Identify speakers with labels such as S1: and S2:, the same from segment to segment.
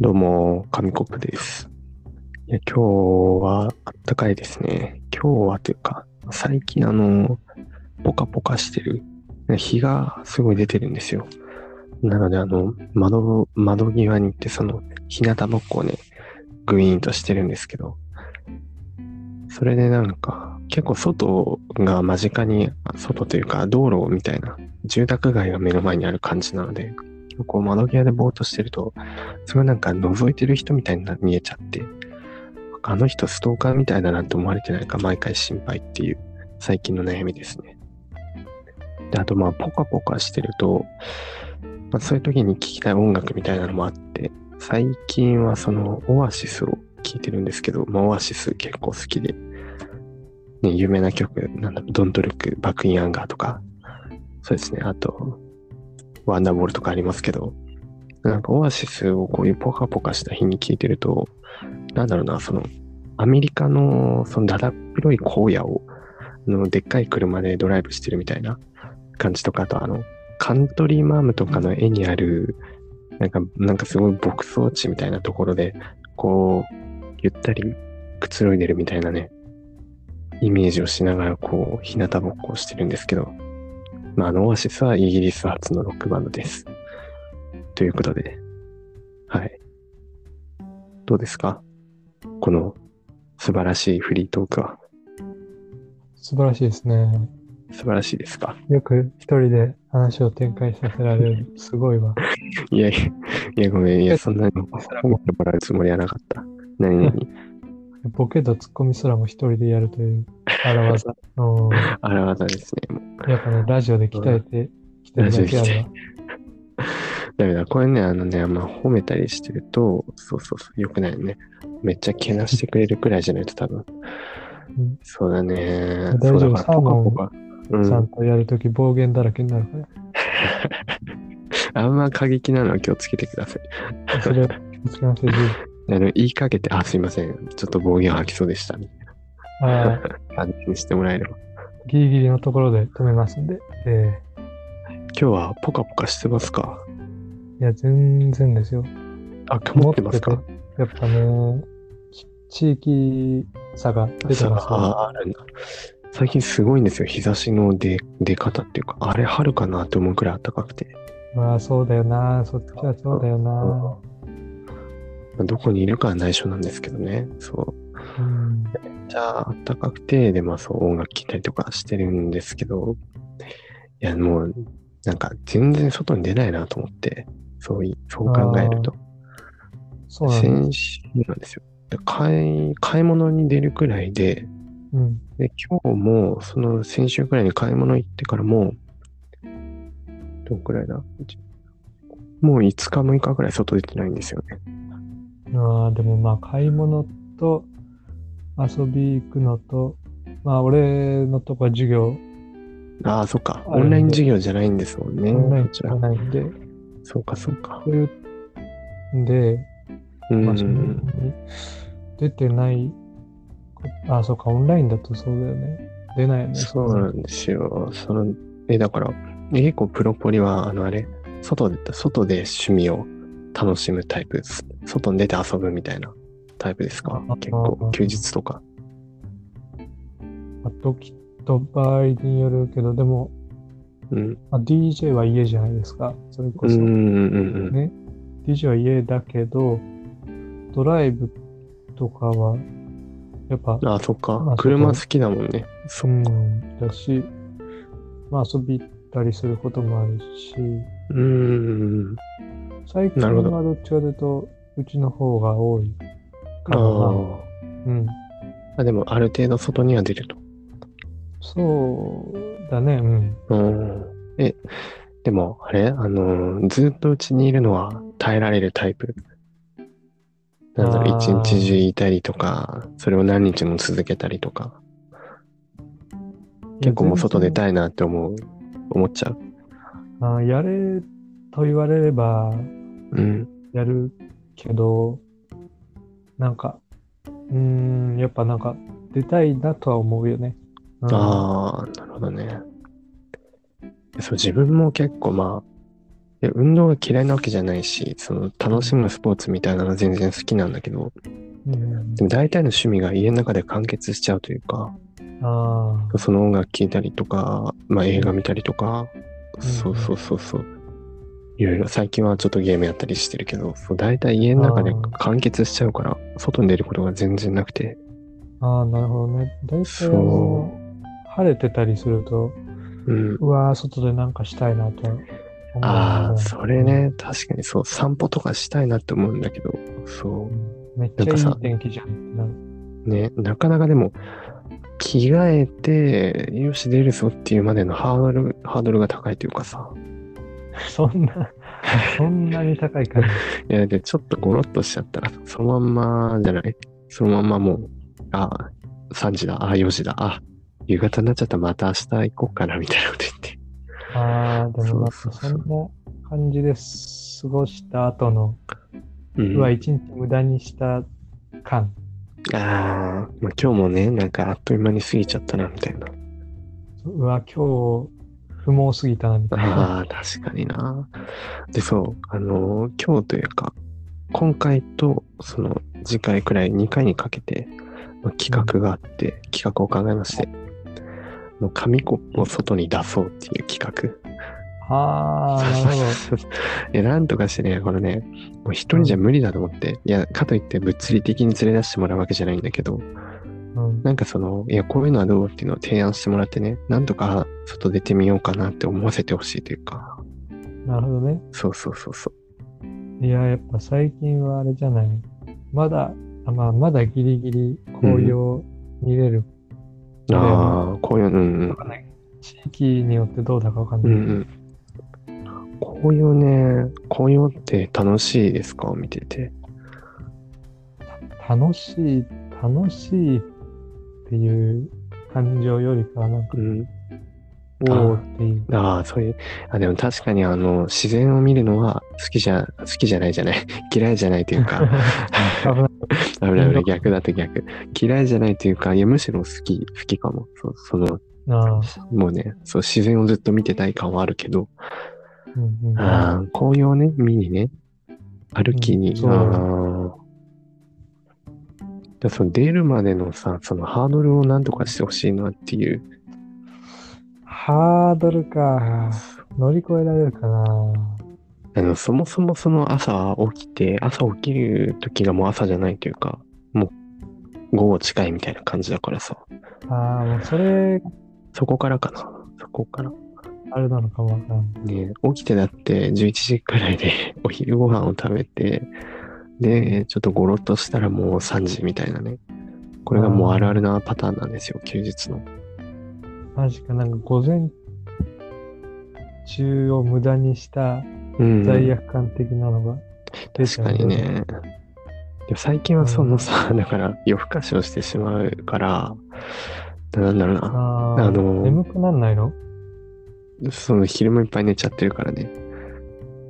S1: どうも、紙コップです。いや、今日はあったかいですね。今日はというか、最近あの、ポカポカしてる。日がすごい出てるんですよ。なので、あの、窓、窓際に行って、その、日向ぼっこをね、グイーンとしてるんですけど、それでなんか、結構外が間近に、あ外というか、道路みたいな、住宅街が目の前にある感じなので、結構窓際でぼーっとしてると、それなんか覗いてる人みたいにな見えちゃって、あの人ストーカーみたいだなって思われてないか毎回心配っていう最近の悩みですね。で、あとまあポカポカしてると、まあ、そういう時に聴きたい音楽みたいなのもあって、最近はそのオアシスを聴いてるんですけど、まあ、オアシス結構好きで、ね、有名な曲、なんだろう、ドントルック、バックインアンガーとか、そうですね、あと、ワンダーボールとかありますけど、なんかオアシスをこういうポカポカした日に聞いてると、なんだろうな、その、アメリカのそのだだっ広い荒野を、あのでっかい車でドライブしてるみたいな感じとか、あとあの、カントリーマームとかの絵にある、なんか、なんかすごい牧草地みたいなところで、こう、ゆったりくつろいでるみたいなね、イメージをしながら、こう、日向ぼっこをしてるんですけど、まあ、あの、オアシスはイギリス発のロックバンドです。ということで、はい。どうですかこの素晴らしいフリートークは
S2: 素晴らしいですね。
S1: 素晴らしいですか
S2: よく一人で話を展開させられる。すごいわ。
S1: いやいや、いやごめん、いや、そんなに思ってもらうつもりはなかった。何々、
S2: ボケとツッコミすらも一人でやるという荒技。うん
S1: 荒技ですね。もう
S2: やっぱね、ラジオで鍛えてきてるだ
S1: ラジ
S2: けや
S1: オで鍛え
S2: な。
S1: ダメだ、これね、あのね、まあ、褒めたりしてると、そうそうそう、よくないよね。めっちゃけなしてくれるくらいじゃないと多分
S2: うん。
S1: そうだね。
S2: 大丈夫
S1: そうだから
S2: サーモン
S1: ポカポカう
S2: ちゃ
S1: ん
S2: ん、とやるとき暴言だらけになるか
S1: あんま過激なのは気をつけてください。
S2: ら。それは気をつけましょう。
S1: あの言いかけて、あ、すいません、ちょっと暴言吐きそうでした、みたい
S2: あー
S1: な感じにしてもらえれば。
S2: ギリギリのところで止めますんで。え
S1: 今日はポカポカしてますか
S2: ーいや、全然ですよ。
S1: あ、曇ってます
S2: 持
S1: か
S2: っててやっぱね、き地域差が出て
S1: さ
S2: ますね。
S1: ああるんだ最近すごいんですよ、日差しの出出方っていうか、あれ春かなって思うくらい暖かくて。
S2: まあそうだよな、そっちはそうだよな。
S1: どこにいるかは内緒なんですけどね。そう。
S2: うん、
S1: じゃあ、暖かくて、で、まあそう、音楽聴いたりとかしてるんですけど、いや、もう、なんか全然外に出ないなと思って、そうい、そう考えると。
S2: そうなんだ。
S1: 先週なんですよ。で買い、買い物に出るくらいで、
S2: うん。
S1: で、今日も、その先週くらいに買い物行ってからもう、どんくらいだもう5日6日くらい外出てないんですよね。
S2: あーでもまあ買い物と遊び行くのと、まあ俺のとこは授業
S1: ああ、そっか。
S2: あるん
S1: オ
S2: で
S1: ンライン授業じゃないんですもんね。
S2: オンライン
S1: こち
S2: じ
S1: ら
S2: ゃないんで、
S1: そうか、そうか
S2: こ。ういうんで、
S1: う。
S2: まあそんなんに出てない、あ、そうか、オンラインだとそうだよね。出ないよね。
S1: そうなんですよ。その、え、だから、結構プロポリは、あの、あれ、外で、外で趣味を楽しむタイプです。外に出て遊ぶみたいなタイプですか
S2: あ
S1: 結
S2: あ
S1: 構
S2: あ、
S1: 休日とか。
S2: まあ時と場合によるけど、でも、
S1: うん。
S2: まあ、DJ は家じゃないですか。それ
S1: う
S2: こ
S1: ん
S2: そ。
S1: うんうんうん。
S2: ね、DJ は家だけど、ドライブとかは、やっぱ、
S1: ああ、そっ
S2: ま
S1: か
S2: あ。
S1: 車好
S2: そ
S1: きだもんね。そうっか。
S2: ん、だし、まあ遊び行ったりすることもあるし、
S1: うんうん。
S2: 最近
S1: なるほど
S2: はどっちかというと、うちの方が多いか
S1: あ
S2: ら、
S1: ー
S2: うん、
S1: あ。でも、ある程度外には出ると。
S2: そうだね、うん。
S1: うん。え、でも、あれあのー、ずっとうちにいるのは耐えられるタイプ。なんだろう、
S2: あ
S1: 一
S2: ー
S1: 日中いたりとか、それを何日も続けたりとか、結構もう外出
S2: い
S1: たいなって思う、思っちゃう。
S2: や。全然あやれと言われれば、
S1: うん。
S2: やるけど、なんか、うーん、やっぱなんか、出たいなとは思うよね。うん
S1: ああ、なるほどね。そう、自分も結構まあ、いや運動が嫌いなわけじゃないし、その楽しむスポーツみたいなのは全然好きなんだけど、
S2: うん
S1: でも大体の趣味が家の中で完結しちゃうというか、
S2: あ
S1: その音楽聴いたりとか、まあ、映画見たりとか、
S2: ん
S1: そうそうそうそう。いろいろ、最近はちょっとゲームやったりしてるけど、そう大体家の中で
S2: あー
S1: 完結しちゃうから、外に出ることが全然なくて、
S2: あ、ああ、なるほどね。大体あ
S1: そ
S2: の、晴れてたりすると、
S1: うん。
S2: うわー外でなんかしたいなと思う。
S1: ああ、それ。ね、確かにそう、散歩とかしたいなって思うんだけど、そ
S2: めっちゃいい天気じゃんってなる。
S1: う、ね、なかなかでも、着替えて、よし出るぞっていうまでのハードル、ハードルが高いというかさ、
S2: そん な、そんなに高いかじ。
S1: いや、で、ちょっとゴロッとしちゃったら、そのまんまじゃないそのまんまもう、あ、3時だ、あ、4時だ、あ、夕方になっちゃった、また明日行こうかな、みたいなこと言って。
S2: ああ、でもなん
S1: そうそ
S2: か
S1: う
S2: そ
S1: そうん
S2: な感じで過ごした後の、
S1: うん
S2: うわ、一日無駄にした感。
S1: ああ、もう今日もね、なんかあっという間に過ぎちゃったな、みたいな。
S2: うわ、今日、不毛すぎたな、みたいな。
S1: ああ、確かにな。で、そう、あのー今日というか、今回と、その、次回くらい2回にかけて、まあ企画があって、企画を考えまして、もう紙コップを外に出そうっていう企画。
S2: ああ、なるほど。
S1: そうそうそう いや、なんとかしてね、これね、もう一人じゃ無理だと思って、いや、かといって物理的に連れ出してもらうわけじゃないんだけど、
S2: うん、
S1: なんかその、いや、こういうのはどうっていうのを提案してもらってね、なんとか外出てみようかなって思わせてほしいというか、
S2: なるほどね。
S1: そうそうそうそ
S2: いや、やっぱ最近はあれじゃない。まだ、あまあ、まだギリギリ紅葉見れる。
S1: う。
S2: だよね
S1: ああ、こういう、うん
S2: わかんない地域によってどうだかわかん
S1: う
S2: ない。
S1: ん、うん。こういうね、こういうのって楽しいですか見てて。
S2: 楽しい、楽しいっていう感情よりかは、なんか、
S1: うん。
S2: おおっていう。
S1: ああ、そういう、あ、でも確かにあの、自然を見るのは好きじゃ、好きじゃないじゃない、 嫌いじゃないという か、
S2: 危ない。
S1: 危ない危ない、逆だと逆。嫌いじゃないというか、いや、むしろ好き、好きかも。そうその、
S2: ああ、
S1: もうね、そう、自然をずっと見てたい感はあるけど、
S2: うんうん、
S1: ああ、紅葉ね、見にね、歩きに、
S2: うんそう
S1: ああ。だからその出るまでのさ、そのハードルをなんとかしてほしいなっていう。
S2: ハードルか。乗り越えられるかな。
S1: あの、そもそもその朝起きて、朝起きる時がもう朝じゃないというか、もう午後近いみたいな感じだからさ、
S2: ああ、もうそれが
S1: そこからかな。そこから。
S2: あれなのかもわかんない。
S1: ね、起きてだって11時くらいで お昼ご飯を食べて、で、ちょっとゴロッとしたらもう3時みたいなね。これがもうあるあるなパターンなんですよ、休日の。
S2: マジか、なんか午前中を無駄にした
S1: うん。
S2: 罪悪感的なのが出
S1: 確
S2: ちゃう
S1: かに。ね。でも最近はそのさ、だから夜更かしをしてしまうから、なんだろうな。
S2: ああ
S1: あのー
S2: 眠くなんないの
S1: その昼もいっぱい寝ちゃってるからね。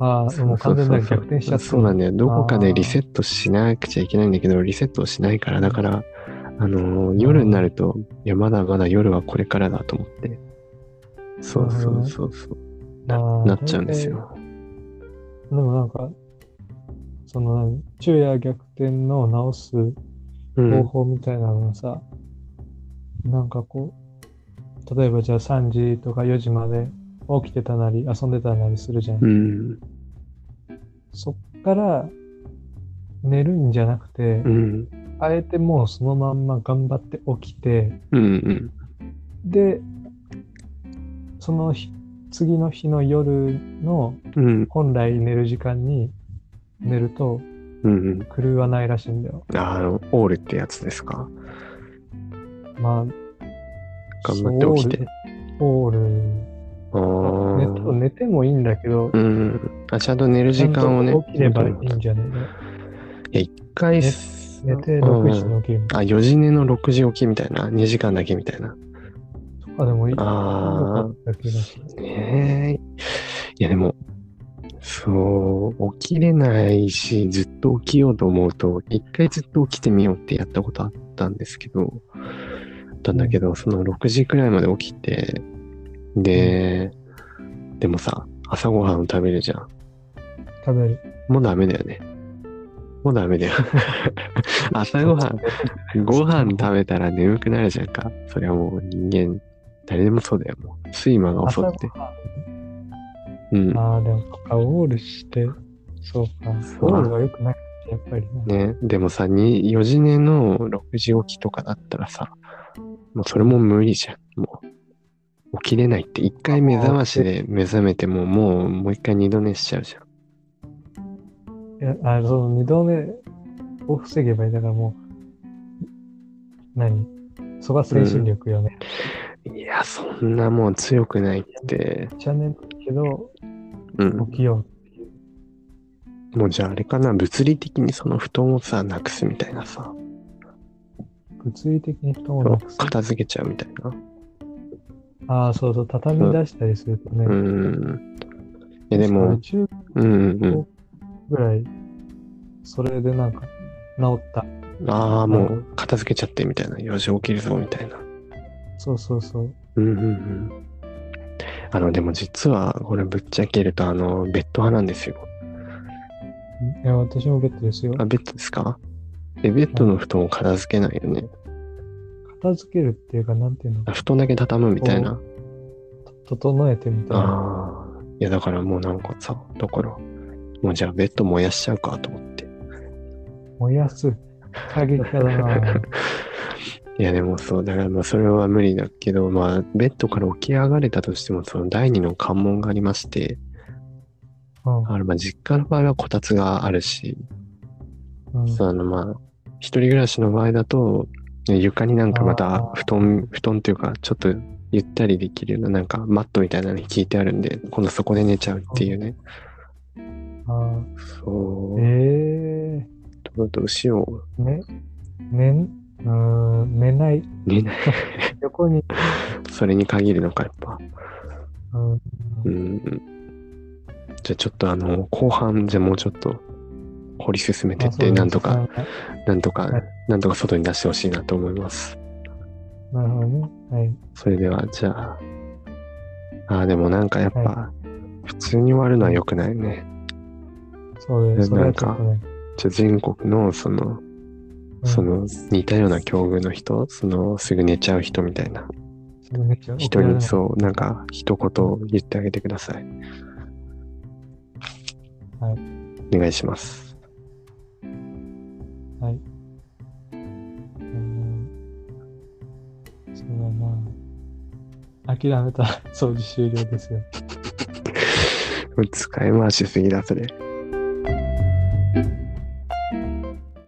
S2: ああ、もう完全な逆転しちゃった。
S1: そうなんだよ。どこか
S2: あ
S1: で
S2: ー
S1: リセットしなくちゃいけないんだけど、リセットをしないから、だから、あのー夜になると、いや、まだまだ夜はこれからだと思って。そうそうそうそう。
S2: あー
S1: なっちゃうんです。よ。
S2: でもなんか、その何昼夜逆転のを直す
S1: う
S2: 方
S1: ん。
S2: 法みたいなのがさ、なんかこう、例えばじゃあ3時とか4時まで起きてたなり遊んでたなりするじゃん。
S1: うん。
S2: そっから寝るんじゃなくて、
S1: うん。
S2: あえてもうそのまんま頑張って起きて、
S1: うん。うん。
S2: で、その日、次の日の夜の
S1: うん。
S2: 本来寝る時間に寝ると
S1: うん。
S2: 狂わないらしいんだよ。
S1: あの、オールってやつですか。
S2: まあ、
S1: 頑張って起きて。
S2: オール。
S1: あ
S2: オール寝
S1: ー
S2: て寝てもいいんだけど、
S1: うん。あ、ちゃんと寝る時間をね
S2: ちゃん。と起きればいいんじゃないの
S1: 一回、
S2: ね寝て6時
S1: うん
S2: に起きる
S1: あ、4時寝の6時起きみたいな。2時間だけみたいな。
S2: とかでもいい。
S1: あ
S2: よかった気がする
S1: あ、ねえ。いや、でも、そう、起きれないし、ずっと起きようと思うと、一回ずっと起きてみようってやったことあったんですけど、あったんだけど、その6時くらいまで起きて、で、でもさ、朝ごはんを食べるじゃん。
S2: 食べる。
S1: もうダメだよね。もうダメだよ。 朝ごはん、ご飯食べたら眠くなるじゃんか。それはもう人間、誰でもそうだよ。もう睡魔が襲
S2: 朝ごは
S1: っ
S2: ん
S1: て。うん。
S2: ああ、でも、カオールして、そうか。
S1: そう
S2: オールが良くないやっぱりな。
S1: ね、でもさ、に4時寝の6時起きとかだったらさ、もうそれも無理じゃん。もう起きれないって、一回目覚ましで目覚めても、もうもう一回二度寝しちゃうじゃん。
S2: いやあその二度目を防げばいい。だからもう、何そば精神力よね。
S1: いや、そんなもう強くないって。
S2: チャンネルけど、
S1: うん。
S2: 起きよ
S1: もうじゃああれかな、物理的にその布団をさ、なくすみたいなさ、
S2: う。物理的に布団をなくす。
S1: 片付けちゃうみたいな。
S2: ああ、そうそう。畳み出したりするとね。
S1: うん。いや、でも、
S2: 中
S1: うんうん
S2: ぐらい、それでなんか、治った。
S1: うん。ああ、もう片付けちゃってみたいな。4時起きるぞみたいな。
S2: そうそうそう。
S1: うんうんうん。あの、でも実は、これぶっちゃけると、あの、ベッド派なんですよ。
S2: いや、私もベッドですよ。
S1: あ、ベッドですかえ、ベッドの布団を片付けないよね。
S2: 片付けるっていうか、なんていうの
S1: あ布団だけ畳むみたいな。
S2: 整えてみたいな。
S1: ああ。いや、だからもうなんかさ、だから、もうじゃあベッド燃やしちゃうかと思って。
S2: 燃やす。過激派だな。
S1: いや、でもそう、だからまあそれは無理だけど、まあ、ベッドから起き上がれたとしても、その第二の関門がありまして、
S2: うん
S1: だからまあ実家の場合はこたつがあるし、
S2: うん
S1: そうあのまあ一人暮らしの場合だとね床になんかまた
S2: あー
S1: 布団布団というかちょっとゆったりできるようななんかマットみたいなのに敷いてあるんで今度そこで寝ちゃうっていうね、
S2: あ
S1: そう
S2: ーえ
S1: どうどうしよう
S2: ー、ね、ねん、うーん、寝ない。
S1: 寝ない
S2: 横に、
S1: それに限るのかやっぱう
S2: うん、
S1: んじゃあちょっとあの後半じゃあもうちょっと掘り進めて
S2: あ
S1: ってなんと。
S2: そう
S1: か
S2: だね
S1: なんと
S2: は
S1: か
S2: い
S1: なんとか外に出してほしいなと思います
S2: なるほどね。はい。
S1: それでは、じゃあ。ああ、でもなんかやっぱ、普通に割るのは良くないね。
S2: そうです。それ
S1: な
S2: は
S1: ん
S2: ち
S1: か
S2: ょっとね。
S1: じゃあ全国の、その、
S2: うん
S1: そ、の、似たような境遇の人、その、すぐ寝ちゃう人みたいな
S2: そのめっちゃ
S1: 人
S2: 怒られな
S1: に、
S2: い
S1: そう、なんか、一言言ってあげてください。
S2: はい。
S1: お願いします。
S2: はい。うん、そうだな。諦めたら掃除終了ですよ。
S1: 使い回しすぎだ、それ。